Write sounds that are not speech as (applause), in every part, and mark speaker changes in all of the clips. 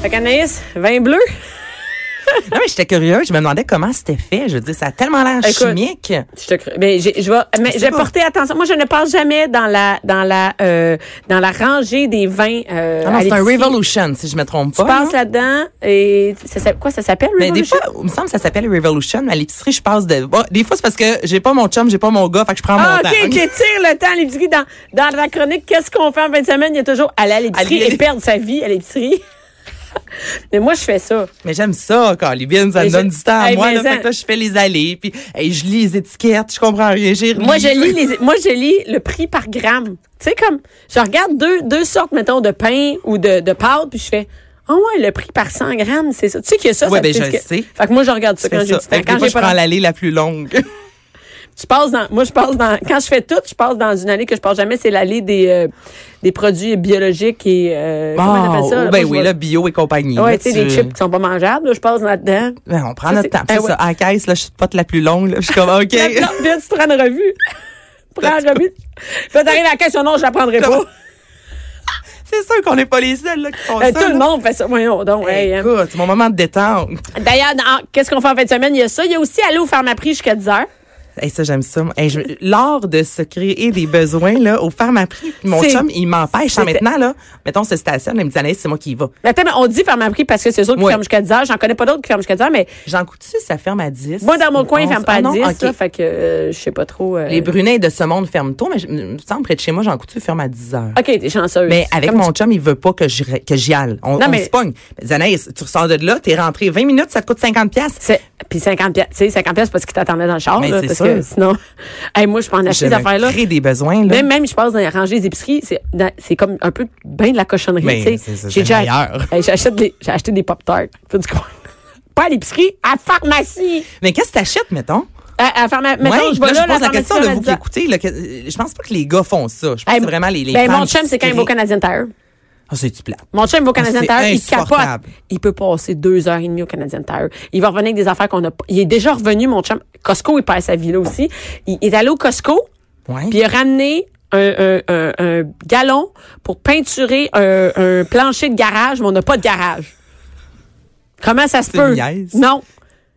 Speaker 1: Fait qu'Anaïs, vin bleu?
Speaker 2: Non, mais Ah j'étais curieuse. Je me demandais comment c'était fait. Je veux dire, ça a tellement l'air
Speaker 1: Écoute,
Speaker 2: chimique. Ah
Speaker 1: Je te cre- ben, j'ai- je vais, mais
Speaker 2: sais
Speaker 1: j'ai
Speaker 2: pas.
Speaker 1: porté attention. Moi, je ne passe jamais dans la, dans la, euh, dans la rangée des vins. Euh,
Speaker 2: Ah non,
Speaker 1: à
Speaker 2: c'est un
Speaker 1: l'épicerie.
Speaker 2: Revolution, si je me trompe
Speaker 1: Tu
Speaker 2: pas.
Speaker 1: passes là-dedans et ça, s'appelle- quoi ça s'appelle?
Speaker 2: mais Ben, des
Speaker 1: Revolution?
Speaker 2: fois, il me semble que ça s'appelle Revolution, mais à l'épicerie, je passe de. Bon, des fois, c'est parce que j'ai pas mon chum, j'ai pas mon gars, fait que je prends
Speaker 1: Ah,
Speaker 2: mon
Speaker 1: ok,
Speaker 2: temps.
Speaker 1: ok, tire le temps à l'épicerie. Dans, dans la chronique, qu'est-ce qu'on fait en fin de semaine? Il y a toujours aller à l'épicerie
Speaker 2: Aller à l'é-
Speaker 1: et perdre sa vie à l'épicerie. (laughs) mais moi, je fais ça.
Speaker 2: Mais j'aime ça, quand les bines, ça
Speaker 1: Mais
Speaker 2: me
Speaker 1: je-
Speaker 2: donne du temps à
Speaker 1: Hey,
Speaker 2: moi.
Speaker 1: mais
Speaker 2: Là,
Speaker 1: ça-
Speaker 2: fait que là, je fais les allées, puis hey, je lis les étiquettes, je comprends rien, j'ai
Speaker 1: Moi, je lis les, moi, je lis le prix par gramme. Tu sais, comme, je regarde deux, deux sortes, mettons, de pain ou de, de pâte, puis je fais, ah ouais, le prix par 100 grammes, c'est ça. Tu sais qu'il y a ça,
Speaker 2: Ouais,
Speaker 1: ça
Speaker 2: ben,
Speaker 1: petite
Speaker 2: je
Speaker 1: étiquette.
Speaker 2: sais.
Speaker 1: Fait que moi, je regarde ça quand
Speaker 2: Fais
Speaker 1: j'ai
Speaker 2: ça.
Speaker 1: du temps.
Speaker 2: Fait que des
Speaker 1: Quand
Speaker 2: fois,
Speaker 1: j'ai
Speaker 2: je
Speaker 1: pas le
Speaker 2: prends
Speaker 1: temps.
Speaker 2: l'allée la plus longue.
Speaker 1: Tu passes dans, moi, je passe dans, quand je fais tout, je passe dans une allée que je passe jamais, c'est l'allée des, euh, des produits biologiques et, euh, (laughs) comment on appelle ça?
Speaker 2: ben
Speaker 1: Moi,
Speaker 2: oui,
Speaker 1: je
Speaker 2: là, bio et compagnie.
Speaker 1: vois-
Speaker 2: Là,
Speaker 1: Ouais, tu sais, des
Speaker 2: tu-
Speaker 1: chips qui sont pas mangeables, là, je passe là-dedans.
Speaker 2: Ben, on prend
Speaker 1: Ça,
Speaker 2: notre
Speaker 1: c'est-
Speaker 2: temps. Puis
Speaker 1: Ah
Speaker 2: c'est ça, à la caisse, là, je suis pas la plus longue. Là, je
Speaker 1: (laughs)
Speaker 2: suis comme, OK.
Speaker 1: Puis là, puis là, tu prends une
Speaker 2: (laughs)
Speaker 1: revue. prends une revue. Puis là, t'arrives à la caisse, non, je la prendrai pas.
Speaker 2: c'est sûr qu'on n'est pas les seuls là, qui font
Speaker 1: Ben,
Speaker 2: ça.
Speaker 1: tout
Speaker 2: là.
Speaker 1: le monde fait ça. Voyons donc. hey, hein.
Speaker 2: Écoute, c'est mon moment de détente.
Speaker 1: D'ailleurs, dans- qu'est-ce qu'on fait en fin de semaine? Il y a ça. Il y a aussi aller au Pharmaprix jusqu'à 10 heures.
Speaker 2: Hey, ça, j'aime ça. Hey, je- L'art de se créer des besoins, là, au pharmaprix, mon
Speaker 1: C'est-
Speaker 2: chum, il m'empêche. Là,
Speaker 1: C'était-
Speaker 2: Maintenant, là, mettons, se stationne, il me dit, Anaïs, c'est moi qui y va.
Speaker 1: Mais attends, mais on dit Pharmaprix parce que c'est sûr qu'ils
Speaker 2: Oui.
Speaker 1: ferment jusqu'à 10 heures. J'en connais pas d'autres qui ferment jusqu'à 10 heures, mais
Speaker 2: J'en coûte-tu, ça ferme à 10?
Speaker 1: moi, dans mon coin, ils ferment pas à 10.
Speaker 2: heures.
Speaker 1: là, fait que euh, je sais pas trop. euh,
Speaker 2: ah Les brunets de ce monde ferment tôt, mais je- il me semble, près de chez moi, j'en coûte-tu, ferme à 10 heures.
Speaker 1: OK, t'es chanceuse.
Speaker 2: Mais avec
Speaker 1: Comme
Speaker 2: mon
Speaker 1: tu-
Speaker 2: chum, il veut pas que j'y, que j'y aille. On,
Speaker 1: Non,
Speaker 2: on
Speaker 1: mais-
Speaker 2: se pogne. Il dit, Anaïs, tu ressors de là, t'es rentré 20 minutes, ça te coûte 50 pièces.
Speaker 1: c'est- Puis 50 piastres, tu sais, 50 piastres parce qu'ils t'attendaient dans le char,
Speaker 2: Mais
Speaker 1: là,
Speaker 2: c'est
Speaker 1: parce
Speaker 2: sûr.
Speaker 1: que sinon, (laughs) Hey, moi, je peux en
Speaker 2: Je
Speaker 1: acheter ces
Speaker 2: me
Speaker 1: affaires-là.
Speaker 2: crée des besoins, là.
Speaker 1: Même, même, je passe dans les rangées des épiceries, c'est, dans- c'est comme un peu ben de la cochonnerie,
Speaker 2: Mais
Speaker 1: tu
Speaker 2: c'est-
Speaker 1: sais.
Speaker 2: c'est-
Speaker 1: J'ai
Speaker 2: c'est
Speaker 1: déjà,
Speaker 2: meilleur.
Speaker 1: Hey, j'achète des, j'ai acheté des Pop-Tarts. Fais du coin. (laughs) Pas à l'épicerie, à la pharmacie.
Speaker 2: Mais qu'est-ce que t'achètes, mettons?
Speaker 1: À, à la pharma-
Speaker 2: Ouais,
Speaker 1: mettons, je vais
Speaker 2: là,
Speaker 1: là,
Speaker 2: je pose la question
Speaker 1: pharmacie
Speaker 2: de vous qui
Speaker 1: canadienne.
Speaker 2: écoutez. là, que- euh, je pense pas que les gars font ça. Je pense
Speaker 1: Hey,
Speaker 2: que c'est vraiment les, les
Speaker 1: ben,
Speaker 2: femmes
Speaker 1: mon chum,
Speaker 2: qui
Speaker 1: c'est quand
Speaker 2: se
Speaker 1: il va au
Speaker 2: créent.
Speaker 1: Canadien Tire.
Speaker 2: Ah, c'est du plat.
Speaker 1: Mon chum va au Canadien
Speaker 2: c'est
Speaker 1: Tire, il capote.
Speaker 2: insupportable.
Speaker 1: Il peut passer deux heures et demie au Canadien Tire. Il va revenir avec des affaires qu'on a pas. Il est déjà revenu, mon chum. Costco, il passe sa vie là aussi. Il est allé au Costco,
Speaker 2: Ouais.
Speaker 1: puis euh, il a ramené un, un- un- un galon pour peinturer un, un plancher de garage, mais on n'a pas de garage. Comment ça se
Speaker 2: C'est
Speaker 1: peut?
Speaker 2: une niaise.
Speaker 1: Non.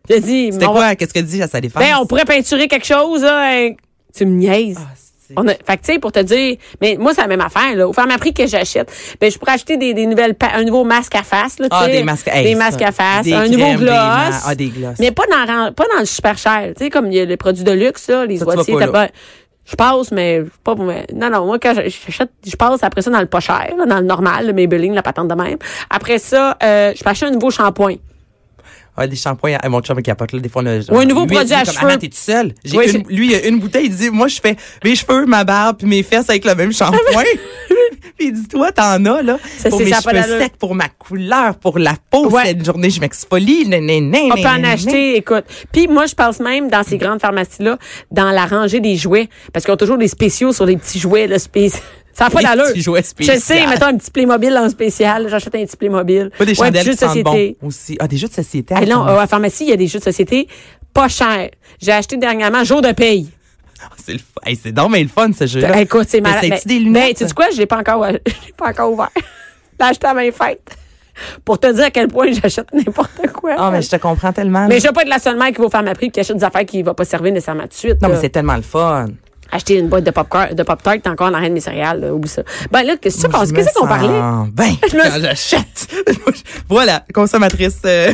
Speaker 1: J'ai dit,
Speaker 2: C'était
Speaker 1: on
Speaker 2: quoi?
Speaker 1: va-
Speaker 2: Qu'est-ce que dit à sa défense?
Speaker 1: ben, on pourrait peinturer quelque chose, là. hein. Tu me niaises.
Speaker 2: Ah, c'est-
Speaker 1: On a, fait que, tu sais, pour te dire, mais moi, c'est la même affaire, là. Au prix que j'achète, ben, je pourrais acheter des, des nouvelles, pa- un nouveau masque à face, là, tu
Speaker 2: Ah,
Speaker 1: sais.
Speaker 2: des masques- hey,
Speaker 1: Des
Speaker 2: ça.
Speaker 1: masques à face,
Speaker 2: Des
Speaker 1: un
Speaker 2: crèmes,
Speaker 1: nouveau
Speaker 2: des
Speaker 1: gloss.
Speaker 2: ma- ah, des glosses.
Speaker 1: Mais pas dans, ran- pas dans le super cher. Tu sais, comme il y a les produits de luxe, là, les
Speaker 2: Ça, tu vas
Speaker 1: oitiers,
Speaker 2: pas
Speaker 1: t'as
Speaker 2: là.
Speaker 1: pas, je passe, mais pas, pour- mais- non, non, moi, quand j'achète, je passe après ça dans le pas cher, là, dans le normal, le Maybelline, la patente de même. Après ça, euh, je peux acheter un nouveau shampoing.
Speaker 2: Ah, des shampoings. Ah, mon chum il capote, là, des fois, on a.
Speaker 1: Ou un nouveau
Speaker 2: Lui,
Speaker 1: produit
Speaker 2: il
Speaker 1: à
Speaker 2: dit comme,
Speaker 1: cheveux.
Speaker 2: Anna, t'es tout seul. J'ai
Speaker 1: Oui,
Speaker 2: une-
Speaker 1: c'est-
Speaker 2: lui, il a une bouteille. Il dit, moi, je fais mes cheveux, ma barbe, puis mes fesses avec le
Speaker 1: (laughs)
Speaker 2: même shampoing. puis il dit, toi, t'en as, là.
Speaker 1: Ça,
Speaker 2: pour
Speaker 1: c'est-
Speaker 2: mes
Speaker 1: ça a pas
Speaker 2: cheveux
Speaker 1: d'allure.
Speaker 2: secs, pour ma couleur, pour la peau.
Speaker 1: Ouais.
Speaker 2: Cette journée, je m'exfolie. Nan, nan, nan,
Speaker 1: On
Speaker 2: nan,
Speaker 1: peut en
Speaker 2: nan, nan.
Speaker 1: acheter, écoute. Puis moi, je passe même dans ces grandes pharmacies-là, dans la rangée des jouets, parce qu'ils ont toujours des spéciaux sur les petits jouets, le spécial. (laughs) Ça n'a pas
Speaker 2: Les
Speaker 1: d'allure.
Speaker 2: petits jouets
Speaker 1: Je sais,
Speaker 2: spécial.
Speaker 1: mettons un petit Playmobil en spécial. J'achète un petit Playmobil.
Speaker 2: Pas des
Speaker 1: Ouais, un petit
Speaker 2: chandelles
Speaker 1: jeu
Speaker 2: qui
Speaker 1: de
Speaker 2: sentent bon
Speaker 1: société.
Speaker 2: aussi. Ah, des jeux de société.
Speaker 1: Ah non,
Speaker 2: attends.
Speaker 1: euh, à la pharmacie, il y a des jeux de société pas chers. J'ai acheté dernièrement Jour de paye.
Speaker 2: Ah, C'est le fun. Hey, c'est donc mais le fun, ce jeu-là.
Speaker 1: Écoute, c'est malade.
Speaker 2: Mais c'est-tu des
Speaker 1: mais
Speaker 2: lunettes?
Speaker 1: tu sais quoi, je l'ai pas encore, (laughs) je l'ai pas encore ouvert. (laughs) J'ai acheté à ma fête. Pour te dire à quel point j'achète n'importe quoi.
Speaker 2: Ah, mais je te comprends tellement.
Speaker 1: Mais je vais pas être la seule mère qui va faire ma prix et qui achète des affaires qui va pas servir nécessairement de suite.
Speaker 2: non,
Speaker 1: là.
Speaker 2: mais c'est tellement le fun.
Speaker 1: Acheter une boîte de pop de pop tart encore dans la reine de mes céréales, là, oublie ça. Ben là, qu'est-ce que tu
Speaker 2: Moi,
Speaker 1: penses?
Speaker 2: je
Speaker 1: Qu'est-ce
Speaker 2: me
Speaker 1: qu'on parlait?
Speaker 2: sens Ben,
Speaker 1: Je me-
Speaker 2: quand j'achète. voilà, consommatrice. euh,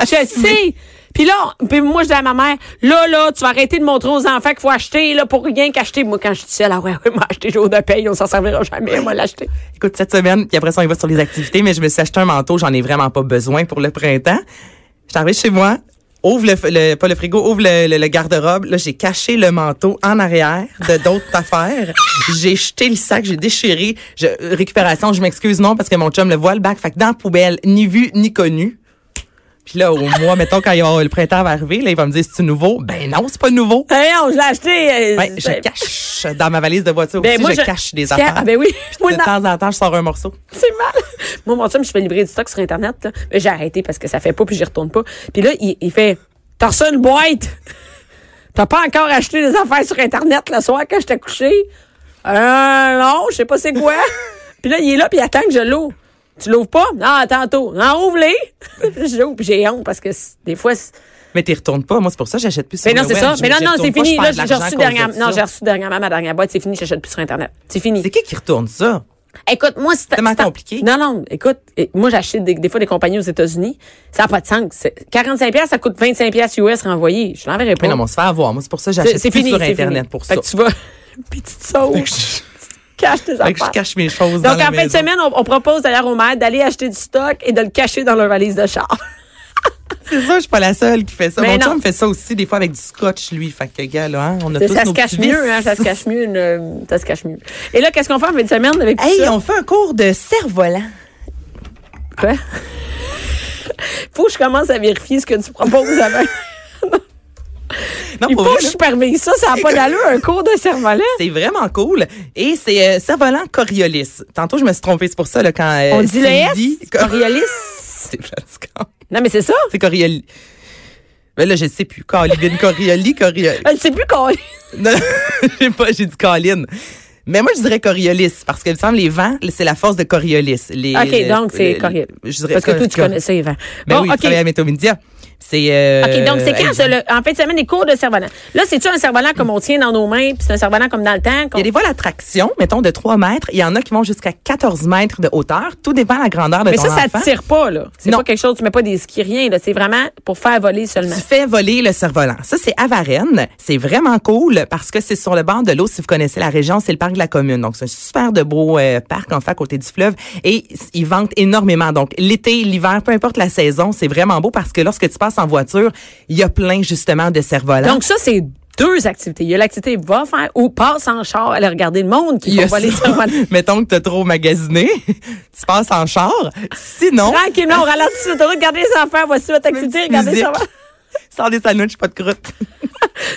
Speaker 1: Je sais! Puis là, on- puis moi, je dis à ma mère, là, là, tu vas arrêter de montrer aux enfants qu'il faut acheter, là, pour rien qu'acheter. Moi, quand je suis seule, ah ouais, ouais, moi, acheter jour de paye, on s'en servira jamais, on va l'acheter.
Speaker 2: Écoute, cette semaine, puis après ça, on y va sur les activités, mais je me suis acheté un manteau, j'en ai vraiment pas besoin pour le printemps. Je suis arrivée chez moi, ouvre le, f- le- pas le frigo, ouvre le, le- le garde-robe. Là, j'ai caché le manteau en arrière de d'autres affaires. J'ai jeté le sac, j'ai déchiré. Je- récupération, je m'excuse, non, parce que mon chum le voit, le bac. Fait que dans la poubelle, ni vu, ni connu. Puis là, au mois, mettons, quand il va- le printemps va arriver, là, il va me dire, c'est nouveau? Ben non, c'est pas nouveau.
Speaker 1: Hey, non, je l'ai acheté. euh,
Speaker 2: Ben, je
Speaker 1: c'est-
Speaker 2: cache dans ma valise de voiture
Speaker 1: Ben,
Speaker 2: aussi,
Speaker 1: moi,
Speaker 2: je,
Speaker 1: je-
Speaker 2: cache des
Speaker 1: Ca-
Speaker 2: affaires.
Speaker 1: Ah, ben oui. Moi,
Speaker 2: de
Speaker 1: non.
Speaker 2: temps en temps, je sors un morceau.
Speaker 1: (laughs) C'est mal. Moi, mon chum, je fais livrer du stock sur Internet. Là. Mais j'ai arrêté parce que ça fait pas, puis j'y retourne pas. Puis là, il, il fait « T'as reçu une boîte? T'as pas encore acheté des affaires sur Internet le soir quand je t'ai couché? Euh, non, je sais pas c'est
Speaker 2: (laughs)
Speaker 1: quoi. » Puis là, il est là, puis il attend que je l'ouvre. Tu l'ouvres pas? Ah, tantôt. Non, ouvre-les. (laughs) J'ouvre, puis j'ai honte parce que c'est- des fois... c'est-
Speaker 2: Mais t'y retournes pas. Moi, c'est pour ça que j'achète plus sur
Speaker 1: Mais non,
Speaker 2: le
Speaker 1: c'est
Speaker 2: web.
Speaker 1: ça.
Speaker 2: Je-
Speaker 1: Mais non,
Speaker 2: j'y
Speaker 1: non,
Speaker 2: retourne
Speaker 1: c'est
Speaker 2: pas,
Speaker 1: fini.
Speaker 2: je
Speaker 1: Là,
Speaker 2: perds de
Speaker 1: j'ai
Speaker 2: l'argent à
Speaker 1: reçu,
Speaker 2: cause de
Speaker 1: dernièrement-
Speaker 2: ça.
Speaker 1: non, j'ai reçu dernièrement ma dernière boîte. C'est fini, j'achète plus sur Internet. C'est fini.
Speaker 2: C'est qui qui retourne ça?
Speaker 1: Écoute, moi, c'est
Speaker 2: tellement
Speaker 1: c'est ta-
Speaker 2: compliqué.
Speaker 1: Non, non, écoute, eh, moi, j'achète des, des fois des compagnies aux États-Unis. Ça n'a pas de sens. C'est- 45$, piastres, ça coûte 25$ piastres US renvoyé. Je l'enverrai pas.
Speaker 2: Mais non, mais on se fait avoir. Moi, c'est pour ça que
Speaker 1: C'est-
Speaker 2: j'achète
Speaker 1: c'est
Speaker 2: plus
Speaker 1: fini.
Speaker 2: sur
Speaker 1: c'est
Speaker 2: Internet
Speaker 1: fini.
Speaker 2: pour
Speaker 1: Fait
Speaker 2: ça.
Speaker 1: que tu vas. (laughs) Puis tu te sauves.
Speaker 2: Fait que
Speaker 1: tu
Speaker 2: je-
Speaker 1: caches tes
Speaker 2: (laughs) fait que je
Speaker 1: affaires.
Speaker 2: cache mes choses dans
Speaker 1: Donc,
Speaker 2: la
Speaker 1: en fin de
Speaker 2: maison.
Speaker 1: semaine, on, on propose d'ailleurs aux maires d'aller acheter du stock et de le cacher dans leur valise de char.
Speaker 2: C'est ça, je suis pas la seule qui fait ça.
Speaker 1: Mais
Speaker 2: Mon
Speaker 1: non.
Speaker 2: chum fait ça aussi, des fois, avec du scotch, lui. Fait que, gars, là, hein, on a tous
Speaker 1: ça se
Speaker 2: nos
Speaker 1: cache
Speaker 2: petits
Speaker 1: mieux, hein,
Speaker 2: vices.
Speaker 1: ça se cache mieux. une- ça se cache mieux. Et là, qu'est-ce qu'on fait en fin de semaine avec tout
Speaker 2: Hey,
Speaker 1: ça?
Speaker 2: on fait un cours de cerf-volant.
Speaker 1: Quoi? (laughs) Faut que je commence à vérifier ce que tu proposes avant.
Speaker 2: Non,
Speaker 1: Il
Speaker 2: pour
Speaker 1: faut
Speaker 2: vrai,
Speaker 1: que
Speaker 2: là,
Speaker 1: je permets ça, ça n'a pas d'allure, un cours de cerf-volant.
Speaker 2: c'est vraiment cool. Et c'est euh, cerf-volant Coriolis. Tantôt, je me suis trompée, c'est pour ça, là, quand. euh,
Speaker 1: On dit le
Speaker 2: Cindy-
Speaker 1: S, Coriolis.
Speaker 2: (laughs) C'est fatigant.
Speaker 1: Non, mais c'est ça.
Speaker 2: C'est Coriolis. Ben là, je sais plus. Colibine, Corioli, Coriolis.
Speaker 1: Euh, C'est plus qu'on...
Speaker 2: Non, (laughs) non, j'ai pas, j'ai dit Colline. Mais moi, je dirais Coriolis, parce qu'il me semble les vents, c'est la force de Coriolis. Les,
Speaker 1: OK,
Speaker 2: le-
Speaker 1: donc c'est
Speaker 2: le-
Speaker 1: Coriolis.
Speaker 2: Je dirais
Speaker 1: Parce que
Speaker 2: Cor-
Speaker 1: toi, tu
Speaker 2: Cor-
Speaker 1: connais ça, Yvan.
Speaker 2: Ben
Speaker 1: bon,
Speaker 2: oui,
Speaker 1: OK.
Speaker 2: je travaille à Métomédia. C'est. euh,
Speaker 1: OK, donc c'est
Speaker 2: hey,
Speaker 1: quand, ça, le- en fin de semaine, les cours de cerf-volant? Là, c'est-tu un cerf-volant comme on tient dans nos mains, puis c'est un cerf-volant comme dans le temps? qu'on-
Speaker 2: Il y a des voiles à traction, mettons, de 3 mètres. Il y en a qui vont jusqu'à 14 mètres de hauteur. Tout dépend de la grandeur de
Speaker 1: Mais
Speaker 2: ton
Speaker 1: ça, ça
Speaker 2: enfant.
Speaker 1: ne tire pas, là. C'est
Speaker 2: Non.
Speaker 1: pas quelque chose, tu mets pas des skis, rien, là. C'est vraiment pour faire voler seulement.
Speaker 2: Tu fais voler le cerf-volant. Ça, c'est à Varennes. C'est vraiment cool parce que c'est sur le bord de l'eau. Si vous connaissez la région, c'est le parc de la commune. Donc, c'est un super de beau euh, parc, en fait, à côté du fleuve. Et s- ils vendent énormément. Donc, l'été, l'hiver, peu importe la saison, c'est vraiment beau parce que lorsque tu passes en voiture, il y a plein, justement, de cerfs-volants.
Speaker 1: Donc ça, c'est deux activités. Il y a l'activité va faire ou passe en char, aller regarder le monde qui
Speaker 2: Il y
Speaker 1: va
Speaker 2: a
Speaker 1: voler le
Speaker 2: ça.
Speaker 1: cerf-volant.
Speaker 2: (laughs) Mettons que t'as trop magasiné, (laughs) tu passes en char. Sinon,
Speaker 1: Tranquillement, on ralentit sur l'autoroute, regardez les enfants, voici votre activité, regardez
Speaker 2: musique.
Speaker 1: ça. va.
Speaker 2: (laughs) sors des sandwichs, pas de croûte.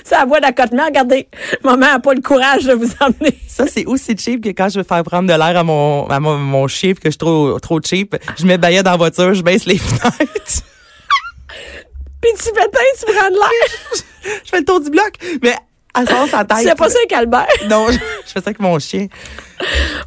Speaker 1: Ça la voie d'accotement, regardez. Maman n'a pas le courage de vous emmener.
Speaker 2: Ça, c'est aussi cheap que quand je veux faire prendre de l'air à mon, à mon, mon chien puis que je suis trop, trop cheap. Je mets baillette dans la voiture, je baisse les (laughs) fenêtres.
Speaker 1: Puis tu pétins, tu prends de l'air.
Speaker 2: je fais le tour du bloc. Mais à sort sa tête.
Speaker 1: Tu fais pas ça avec Albert.
Speaker 2: Non, je, je fais ça avec mon chien.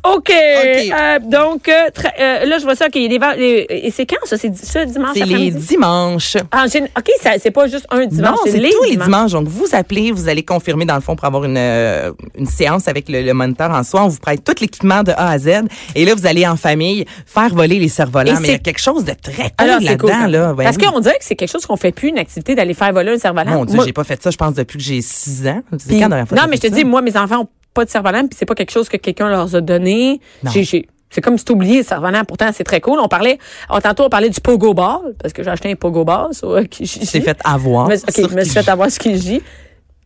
Speaker 1: OK. Euh, donc, euh, tra- euh, là, je vois ça. OK, il y a des va- les- Et c'est quand, Ah, ça? C'est di- ce dimanche
Speaker 2: C'est les
Speaker 1: après-midi?
Speaker 2: dimanches.
Speaker 1: Ah, j'ai- OK, ça- c'est pas juste un dimanche,
Speaker 2: non, c'est tous les dimanches.
Speaker 1: dimanches.
Speaker 2: Donc, vous appelez, vous allez confirmer dans le fond pour avoir une, euh, une séance avec le, le moniteur en soi. On vous prête tout l'équipement de A à Z. Et là, vous allez en famille faire voler les
Speaker 1: Et
Speaker 2: cerfs-volants. Mais il y
Speaker 1: c'est-
Speaker 2: a quelque chose de très cool
Speaker 1: Alors, Ah, c'est
Speaker 2: là-dedans.
Speaker 1: cool. quand
Speaker 2: là.
Speaker 1: même.
Speaker 2: Ouais,
Speaker 1: Parce
Speaker 2: oui.
Speaker 1: qu'on dirait que c'est quelque chose qu'on fait plus, une activité d'aller faire voler un cerf-volant.
Speaker 2: Mon Dieu,
Speaker 1: Moi-
Speaker 2: j'ai pas fait ça, je pense, depuis que j'ai 6 ans. C'est
Speaker 1: Puis-
Speaker 2: quand la dernière fois que
Speaker 1: non,
Speaker 2: t'as
Speaker 1: mais je te
Speaker 2: fait
Speaker 1: dis,
Speaker 2: ça?
Speaker 1: moi, mes enfants n'ont pas de cerf-volant, puis c'est pas quelque chose que quelqu'un leur a donné.
Speaker 2: Non.
Speaker 1: J'ai- j'ai- C'est comme si t'oubliais le cerf-volant. Pourtant, c'est très cool. On parlait, on, tantôt, on parlait du pogo ball, parce que j'ai acheté un pogo ball sur euh, Kijiji.
Speaker 2: Tu t'es fait avoir.
Speaker 1: Mais- OK,
Speaker 2: sur
Speaker 1: je me suis
Speaker 2: qui-
Speaker 1: fait avoir ce Kijiji.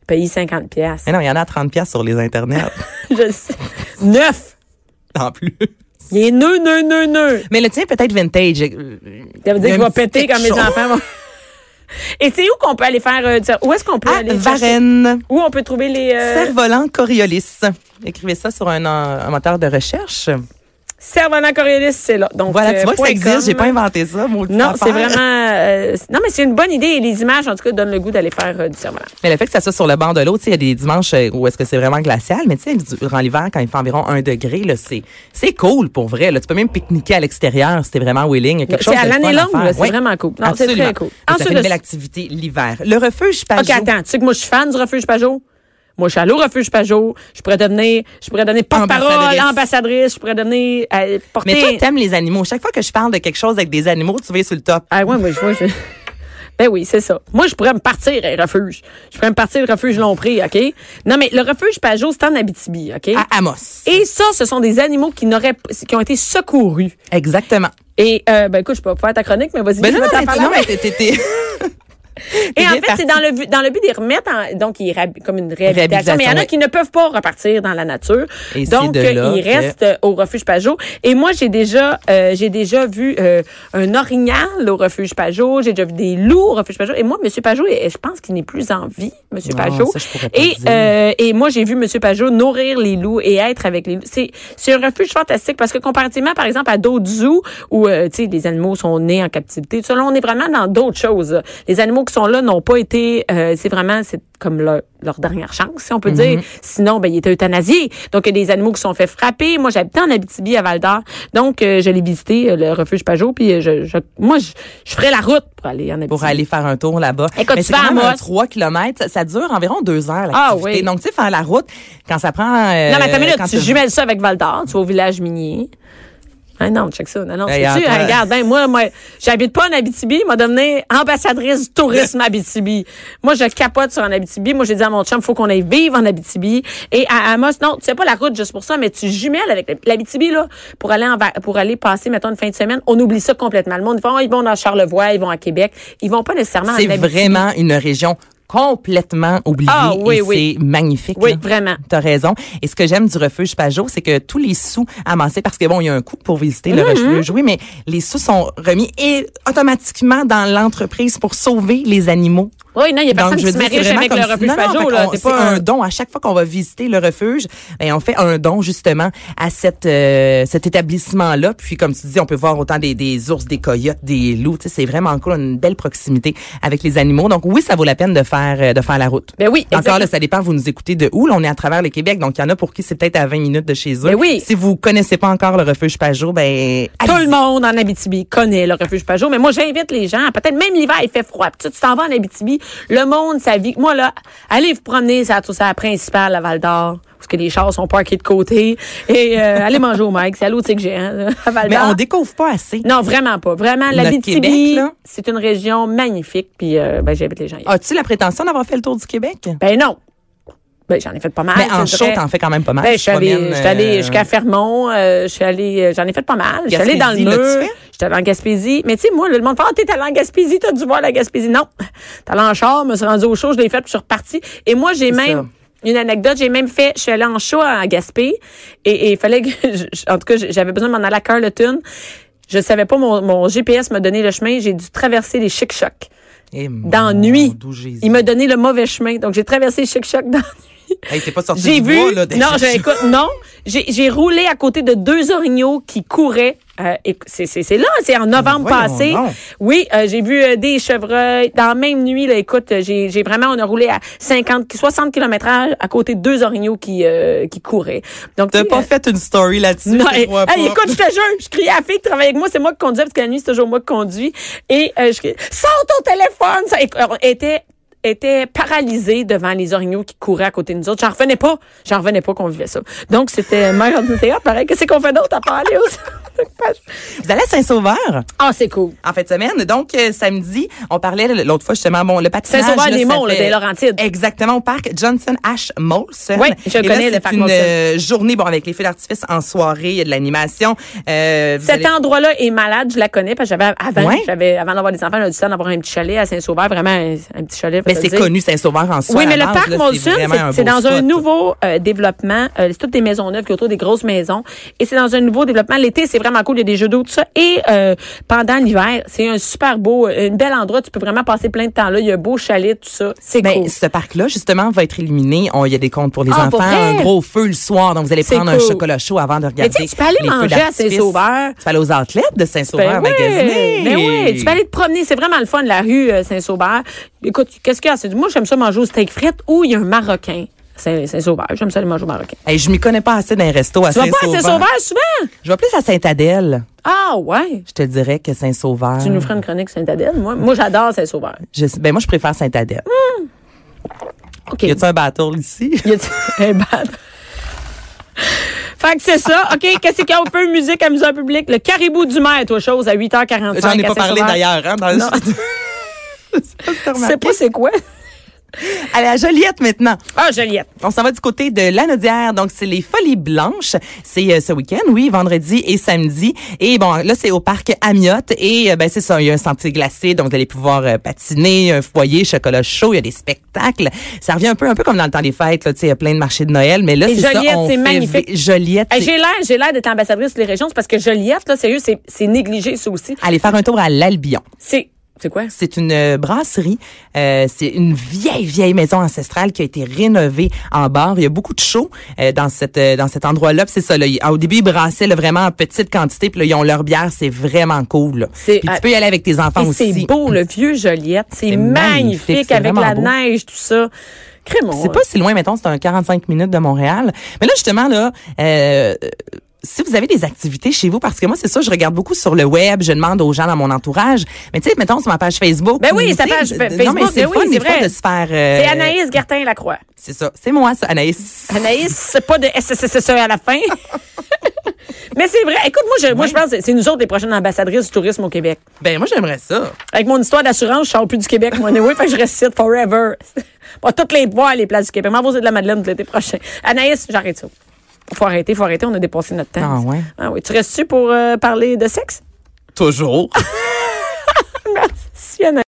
Speaker 1: Payé 50 pièces.
Speaker 2: Mais non, il y en a à 30 pièces sur les internets, (laughs)
Speaker 1: (laughs) Je le sais. Neuf!
Speaker 2: en plus.
Speaker 1: Il est nœud, nœud, nœud, nœud.
Speaker 2: Mais le tien peut-être vintage. Euh,
Speaker 1: Ça veut
Speaker 2: Il y
Speaker 1: dire
Speaker 2: a
Speaker 1: qu'il
Speaker 2: un
Speaker 1: va
Speaker 2: petit
Speaker 1: péter
Speaker 2: quelque
Speaker 1: quand mes
Speaker 2: chose.
Speaker 1: enfants
Speaker 2: (laughs)
Speaker 1: vont... Et c'est où qu'on peut aller faire... euh, du- Où est-ce qu'on peut
Speaker 2: À
Speaker 1: aller chercher?
Speaker 2: Varennes,
Speaker 1: Où on peut trouver les... euh,
Speaker 2: Ah, cerf-volant Coriolis. Écrivez ça sur un, euh, un moteur de recherche.
Speaker 1: Cerf-volant Coriolis, c'est là. Donc,
Speaker 2: Voilà,
Speaker 1: euh,
Speaker 2: tu vois que hein.
Speaker 1: point
Speaker 2: ça existe, j'ai
Speaker 1: com.
Speaker 2: pas inventé ça, maudite
Speaker 1: Non, c'est
Speaker 2: affaire.
Speaker 1: vraiment. euh, c'est- non, mais c'est une bonne idée. Et les images, en tout cas, donnent le goût d'aller faire euh, du cerf
Speaker 2: Mais le fait que ça soit sur le banc de l'eau, tu sais, il y a des dimanches euh, où est-ce que c'est vraiment glacial, mais tu sais, durant l'hiver, quand il fait environ un degré, là, c'est, c'est cool pour vrai, là. Tu peux même pique-niquer à l'extérieur si t'es vraiment willing. Il y a quelque
Speaker 1: C'est
Speaker 2: chose
Speaker 1: à
Speaker 2: de
Speaker 1: l'année
Speaker 2: fun
Speaker 1: longue,
Speaker 2: faire.
Speaker 1: là, c'est vraiment cool. Non, c'est
Speaker 2: absolument.
Speaker 1: très cool.
Speaker 2: Mais Ça
Speaker 1: Ensuite
Speaker 2: fait
Speaker 1: de-
Speaker 2: une belle activité l'hiver. Le refuge Pajot.
Speaker 1: OK, attends. Tu sais que moi, je suis fan du Refuge Pajot. Moi, je suis allée au Refuge Pajot. Je pourrais devenir, je pourrais devenir porte-parole,
Speaker 2: Ambassadrice.
Speaker 1: ambassadrice. Je pourrais devenir, euh, porter.
Speaker 2: Mais toi, t'aimes les animaux. Chaque fois que je parle de quelque chose avec des animaux, tu viens sur le top.
Speaker 1: ah, ouais, moi, je (laughs) vois, je- Ben oui, c'est ça. Moi, je pourrais me partir à un refuge. Je pourrais me partir le refuge Lompré, OK? Non, mais le refuge Pajot, c'est en Abitibi, OK?
Speaker 2: À Amos.
Speaker 1: Et ça, ce sont des animaux qui n'auraient, qui ont été secourus.
Speaker 2: Exactement.
Speaker 1: Et, euh, ben, écoute, je peux pas faire ta chronique, mais vas-y,
Speaker 2: Ben
Speaker 1: je
Speaker 2: non,
Speaker 1: vais
Speaker 2: non,
Speaker 1: t'en
Speaker 2: mais,
Speaker 1: parler
Speaker 2: non, mais
Speaker 1: après.
Speaker 2: (laughs) t'es- t'es- t'es-
Speaker 1: Et en
Speaker 2: bien
Speaker 1: fait, c'est
Speaker 2: parti.
Speaker 1: dans le but, dans le but d'y remettre, en- donc ils rhab- comme une réhabilitation.
Speaker 2: Réhabilitation,
Speaker 1: Mais il y en a
Speaker 2: ouais.
Speaker 1: qui ne peuvent pas repartir dans la nature,
Speaker 2: Et c'est
Speaker 1: donc
Speaker 2: de
Speaker 1: euh,
Speaker 2: là
Speaker 1: ils
Speaker 2: que-
Speaker 1: restent euh, au refuge Pajot. Et moi, j'ai déjà, euh, j'ai déjà vu euh, un orignal au refuge Pajot. J'ai déjà vu des loups au refuge Pajot. Et moi, Monsieur Pajot, et- je pense qu'il n'est plus en vie, Monsieur
Speaker 2: Ah,
Speaker 1: Pajot.
Speaker 2: ça, je pourrais pas
Speaker 1: et
Speaker 2: dire.
Speaker 1: euh, et moi, j'ai vu Monsieur Pajot nourrir les loups et être avec les loups. C'est c'est un refuge fantastique parce que comparativement, par exemple, à d'autres zoos où euh, tu sais les animaux sont nés en captivité, tout ça, là, on est vraiment dans d'autres choses. là. Les animaux qui sont là n'ont pas été, euh, c'est vraiment c'est comme leur, leur dernière chance, si on peut dire. Sinon, ben ils étaient euthanasiés. Donc il y a des animaux qui se sont fait frapper. Moi, j'habitais en Abitibi à Val d'Or, donc euh, je l'ai visité euh, le refuge Pajot, puis euh, je, je- moi je, je ferais la route pour aller en Abitibi.
Speaker 2: pour aller faire un tour là-bas.
Speaker 1: Et quand
Speaker 2: Mais
Speaker 1: tu
Speaker 2: c'est
Speaker 1: vas à
Speaker 2: quand même
Speaker 1: Amos-
Speaker 2: un 3 km, ça, ça dure environ deux heures l'activité.
Speaker 1: Ah oui.
Speaker 2: Donc, tu sais, faire la route, quand ça prend... euh,
Speaker 1: Non, mais attends, mais là,
Speaker 2: quand
Speaker 1: tu jumelles ça avec Val d'Or, tu vas au village minier. Ah non, check ça. Non, non,
Speaker 2: Hey,
Speaker 1: c'est-tu?
Speaker 2: Antoine.
Speaker 1: Hey, regarde, ben, moi, moi, j'habite pas en Abitibi, m'a devenue ambassadrice du tourisme Abitibi. Moi, je capote sur en Abitibi. Moi, j'ai dit à mon chum, faut qu'on aille vivre en Abitibi. Et à Amos, non, tu sais pas la route juste pour ça, mais tu jumelles avec l'Ab- l'Abitibi, là, pour aller en va- pour aller passer, mettons, une fin de semaine. On oublie ça complètement. Le monde, ils vont, oh, ils vont dans Charlevoix, ils vont à Québec. Ils vont pas nécessairement en
Speaker 2: C'est
Speaker 1: Abitibi.
Speaker 2: vraiment une région complètement oubliée
Speaker 1: Ah, oui,
Speaker 2: et
Speaker 1: oui.
Speaker 2: c'est magnifique.
Speaker 1: Oui,
Speaker 2: là.
Speaker 1: vraiment.
Speaker 2: T'as raison. Et ce que j'aime du refuge Pajot, c'est que tous les sous amassés, parce que bon, il y a un coût pour visiter le
Speaker 1: Mm-hmm.
Speaker 2: refuge, oui, mais les sous sont remis et automatiquement dans l'entreprise pour sauver les animaux.
Speaker 1: Oui, non, il y a personne
Speaker 2: Donc, je
Speaker 1: qui
Speaker 2: veux
Speaker 1: se
Speaker 2: dire,
Speaker 1: marie
Speaker 2: c'est vraiment
Speaker 1: avec
Speaker 2: comme
Speaker 1: le
Speaker 2: si-
Speaker 1: refuge
Speaker 2: non, non,
Speaker 1: Pajot,
Speaker 2: fait
Speaker 1: là.
Speaker 2: qu'on-
Speaker 1: C'est
Speaker 2: C'est
Speaker 1: pas
Speaker 2: un don. À chaque fois qu'on va visiter le refuge, ben, on fait un don, justement, à cette, euh, cet établissement-là. Puis, comme tu dis, on peut voir autant des, des ours, des coyotes, des loups. Tu sais, c'est vraiment cool. On a une belle proximité avec les animaux. Donc, oui, ça vaut la peine de faire, euh, de faire la route.
Speaker 1: Ben oui,
Speaker 2: Encore
Speaker 1: exactement.
Speaker 2: là, ça dépend. Vous nous écoutez de où? Là, on est à travers le Québec. Donc, il y en a pour qui c'est peut-être à 20 minutes de chez eux.
Speaker 1: Ben oui.
Speaker 2: Si vous connaissez pas encore le refuge Pajot, ben,
Speaker 1: Tout
Speaker 2: allez-y.
Speaker 1: le monde en Abitibi connaît le refuge Pajot, mais moi j'invite les gens, peut-être même l'hiver il fait froid, puis tu tu t'en vas en Abitibi, le monde sa vie. Moi là, allez vous promener ça tout ça la principale à Val d'Or parce que les chars sont parkés de côté et euh, allez manger au Mike, c'est à l'autre que j'ai hein, là, à Val
Speaker 2: Mais
Speaker 1: d'Or.
Speaker 2: on découvre pas assez.
Speaker 1: non, vraiment pas. Vraiment,
Speaker 2: Notre Québec,
Speaker 1: l'Abitibi,
Speaker 2: là.
Speaker 1: c'est une région magnifique, puis euh, ben, j'invite les gens. à y aller.
Speaker 2: As-tu la prétention d'avoir fait le tour du Québec?
Speaker 1: Ben non. Ben, j'en ai fait pas mal.
Speaker 2: Mais en
Speaker 1: je
Speaker 2: chaud,
Speaker 1: dirais.
Speaker 2: t'en fais quand même pas mal.
Speaker 1: Ben, je
Speaker 2: Tu
Speaker 1: suis allée,
Speaker 2: promènes,
Speaker 1: je suis allée
Speaker 2: euh,
Speaker 1: jusqu'à Fermont, euh, je suis allée, euh, j'en ai fait pas mal. Je suis allée dans le
Speaker 2: Gaspésie, l'as-tu
Speaker 1: mur.
Speaker 2: fait?
Speaker 1: J'étais allée en Gaspésie. Mais tu sais, moi, le monde fait, ah, t'es allée en Gaspésie, t'as dû voir la Gaspésie. Non. T'es allée en char, me suis rendue au show, je l'ai fait, puis je suis repartie. Et moi, j'ai même,
Speaker 2: ça.
Speaker 1: une anecdote, j'ai même fait, je suis allée en show à Gaspé, et et il fallait que, (laughs) je- je- en tout cas, j'avais besoin de m'en aller à Carleton. Je savais pas, mon, mon GPS m'a donné le chemin, j'ai dû traverser les chic-chocs
Speaker 2: Eh, mon
Speaker 1: dans nuit.
Speaker 2: doux Jésus.
Speaker 1: Il m'a donné le mauvais chemin, donc j'ai traversé les chic-chocs dans nuit.
Speaker 2: Hey, t'es pas sorti
Speaker 1: J'ai
Speaker 2: du
Speaker 1: vu.
Speaker 2: bois, là. des-
Speaker 1: non, j'ai- écoute, non. J'ai j'ai roulé à côté de deux orignaux qui couraient. Euh, éc- c'est- c'est c'est là, c'est en novembre
Speaker 2: voyons
Speaker 1: passé.
Speaker 2: donc.
Speaker 1: Oui, euh, j'ai vu euh, des chevreuils. Dans la même nuit, là, écoute, euh, j'ai j'ai vraiment, on a roulé à 50, 60 km h à côté de deux orignaux qui, euh, qui couraient. Donc,
Speaker 2: T'as
Speaker 1: tu sais, (laughs)
Speaker 2: pas
Speaker 1: euh,
Speaker 2: fait une story là-dessus.
Speaker 1: non,
Speaker 2: je te
Speaker 1: hey,
Speaker 2: crois
Speaker 1: hey,
Speaker 2: pas.
Speaker 1: écoute, je te jure, je crie à la fille qui travaille avec moi, c'est moi qui conduis, parce que la nuit, c'est toujours moi qui conduis. Et euh, je crie, sors ton téléphone! Ça, éc- on était était paralysée devant les orignaux qui couraient à côté de nous autres. J'en revenais pas. J'en revenais pas qu'on vivait ça. Donc, c'était mère du théâtre, pareil. Qu'est-ce qu'on fait d'autre à part aller aux...
Speaker 2: Vous allez à Saint-Sauveur
Speaker 1: (laughs) Ah, c'est cool.
Speaker 2: en fin de semaine. Donc, euh, samedi, on parlait l- l'autre fois justement, bon, le patinage.
Speaker 1: Saint-Sauveur
Speaker 2: là,
Speaker 1: des
Speaker 2: ça
Speaker 1: Monts, là,
Speaker 2: fait-
Speaker 1: des Laurentides.
Speaker 2: Exactement, au parc Johnson H. Molson.
Speaker 1: Oui, je
Speaker 2: Et là,
Speaker 1: connais le
Speaker 2: c'est
Speaker 1: parc
Speaker 2: une
Speaker 1: Molson.
Speaker 2: euh, journée, bon, avec les feux d'artifice en soirée, il y a de l'animation. Euh, vous
Speaker 1: Cet
Speaker 2: allez-
Speaker 1: endroit-là est malade, je la connais parce que j'avais avant,
Speaker 2: Ouais.
Speaker 1: j'avais avant d'avoir des enfants, j'avais du temps d'avoir un petit chalet à Saint-Sauveur, vraiment un, un petit chalet. faut
Speaker 2: Mais
Speaker 1: se
Speaker 2: c'est
Speaker 1: dire.
Speaker 2: connu, Saint-Sauveur en soi.
Speaker 1: Oui,
Speaker 2: à
Speaker 1: mais
Speaker 2: la
Speaker 1: le
Speaker 2: base,
Speaker 1: parc
Speaker 2: là, c'est
Speaker 1: Molson,
Speaker 2: vraiment
Speaker 1: c'est-
Speaker 2: un
Speaker 1: c'est
Speaker 2: beau
Speaker 1: dans un
Speaker 2: spot.
Speaker 1: nouveau euh, développement. Euh, c'est toutes des maisons neuves qui autour des grosses maisons. Et c'est dans un nouveau développement. L'été, c'est vraiment cool. Il y a des jeux d'eau, tout ça. Et euh, pendant l'hiver, c'est un super beau, euh, un bel endroit. Tu peux vraiment passer plein de temps là. Il y a un beau chalet, tout ça. C'est
Speaker 2: Ben,
Speaker 1: cool.
Speaker 2: ce parc-là, justement, va être éliminé. On- Il y a des comptes pour les
Speaker 1: Ah, pour
Speaker 2: enfants,
Speaker 1: vrai?
Speaker 2: un gros feu le soir. Donc, vous allez
Speaker 1: C'est
Speaker 2: prendre
Speaker 1: cool.
Speaker 2: un chocolat chaud avant de regarder.
Speaker 1: tu sais, tu peux aller
Speaker 2: les feux
Speaker 1: manger à
Speaker 2: d'artifice.
Speaker 1: Saint-Sauveur.
Speaker 2: Tu peux aller aux athlètes de
Speaker 1: Ben
Speaker 2: Saint-Sauveur
Speaker 1: ouais,
Speaker 2: magasiner.
Speaker 1: ben ouais, tu peux aller te promener, c'est vraiment le fun la rue euh, Saint-Sauveur. Écoute, qu'est-ce qu'il y a C'est- Moi, j'aime ça manger au steak frites ou il y a un marocain Saint- Saint-Sauveur. j'aime ça aller manger au marocain.
Speaker 2: Hey, je m'y connais pas assez d'un resto à
Speaker 1: Tu vas pas à
Speaker 2: Saint-Sauveur.
Speaker 1: Saint-Sauveur souvent
Speaker 2: Je vais plus à Sainte-Adèle.
Speaker 1: Ah ouais.
Speaker 2: Je te dirais que Saint-Sauveur.
Speaker 1: Tu nous feras une chronique Saint-Adèle, moi. Moi, j'adore Saint-Sauveur.
Speaker 2: Je- ben moi, je préfère Sainte-Adèle.
Speaker 1: OK. (laughs)
Speaker 2: Y a-tu un battle ici?
Speaker 1: Y a-t-il un bad? Fait que c'est ça. OK, qu'est-ce qu'il y a? On peut musique, amusement public. Le caribou du maire, toi, chose, à 8h45.
Speaker 2: J'en ai
Speaker 1: à
Speaker 2: pas parlé
Speaker 1: Saint-Sauveur.
Speaker 2: (laughs) d'ailleurs, hein, dans le-
Speaker 1: Non.
Speaker 2: Je sais pas si t'as
Speaker 1: Je sais
Speaker 2: remarqué.
Speaker 1: pas c'est quoi.
Speaker 2: Allez, à Joliette maintenant.
Speaker 1: Ah, Joliette.
Speaker 2: On s'en va du côté de Lanaudière. Donc, c'est les Folies Blanches. C'est euh, ce week-end, oui, vendredi et samedi. Et bon, là, c'est au parc Amiotte. Et euh, ben, c'est ça, il y a un sentier glacé. Donc, vous allez pouvoir euh, patiner, un foyer, chocolat chaud. Il y a des spectacles. Ça revient un peu, un peu comme dans le temps des fêtes. Là, tu sais, il y a plein de marchés de Noël. Mais là,
Speaker 1: Et
Speaker 2: c'est ça.
Speaker 1: Joliette,
Speaker 2: on
Speaker 1: c'est
Speaker 2: fait
Speaker 1: magnifique.
Speaker 2: vi- Joliette,
Speaker 1: Hey,
Speaker 2: c'est-
Speaker 1: j'ai l'air, j'ai l'air d'être ambassadrice des régions, c'est parce que Joliette, là, sérieux, c'est, c'est négligé, ça aussi.
Speaker 2: Allez faire un tour à l'Albion.
Speaker 1: C'est, c'est quoi?
Speaker 2: C'est une euh, brasserie. Euh, c'est une vieille, vieille maison ancestrale qui a été rénovée en bar. Il y a beaucoup de shows euh, dans cette euh, dans cet endroit-là. Puis C'est ça. Là, ils- au début, ils brassaient là, vraiment en petite quantité. Puis là, ils ont leur bière. C'est vraiment cool. là.
Speaker 1: C'est,
Speaker 2: Puis tu
Speaker 1: euh,
Speaker 2: peux y aller avec tes enfants
Speaker 1: Et
Speaker 2: aussi.
Speaker 1: c'est beau, le vieux Joliette. C'est
Speaker 2: C'est
Speaker 1: magnifique,
Speaker 2: magnifique, c'est
Speaker 1: avec
Speaker 2: vraiment
Speaker 1: la
Speaker 2: beau.
Speaker 1: neige, tout ça. Crémon.
Speaker 2: C'est pas si loin, mettons, c'est un 45 minutes de Montréal. Mais là, justement, là, euh, si vous avez des activités chez vous, parce que moi, c'est ça, je regarde beaucoup sur le web, je demande aux gens dans mon entourage. Mais tu sais, mettons, sur ma page Facebook.
Speaker 1: Ben oui,
Speaker 2: ou,
Speaker 1: sa
Speaker 2: tu sais,
Speaker 1: page fa-
Speaker 2: Non, mais
Speaker 1: Facebook,
Speaker 2: c'est
Speaker 1: ben
Speaker 2: le fun,
Speaker 1: oui,
Speaker 2: des
Speaker 1: c'est
Speaker 2: fois,
Speaker 1: vrai.
Speaker 2: de se faire... euh,
Speaker 1: C'est Anaïs Gertin-Lacroix.
Speaker 2: C'est ça. C'est moi, ça, Anaïs.
Speaker 1: Anaïs, c'est pas de SSSSE à la fin. Mais c'est vrai. Écoute, moi, je, moi, je pense que c'est nous autres les prochaines ambassadrices du tourisme au Québec.
Speaker 2: Ben, moi, j'aimerais ça.
Speaker 1: Avec mon histoire d'assurance, je sors plus du Québec, moi, anyway, fait que je ressuscite forever. Pas toutes les voir les places du Québec. M'en de la Madeleine tout l'été prochain. Anaïs, j'arrête ça. Faut arrêter, faut arrêter, on a dépassé notre temps.
Speaker 2: Ah ouais.
Speaker 1: Ah oui. Tu restes-tu pour euh, parler de sexe?
Speaker 2: Toujours.
Speaker 1: Merci, Anaïs.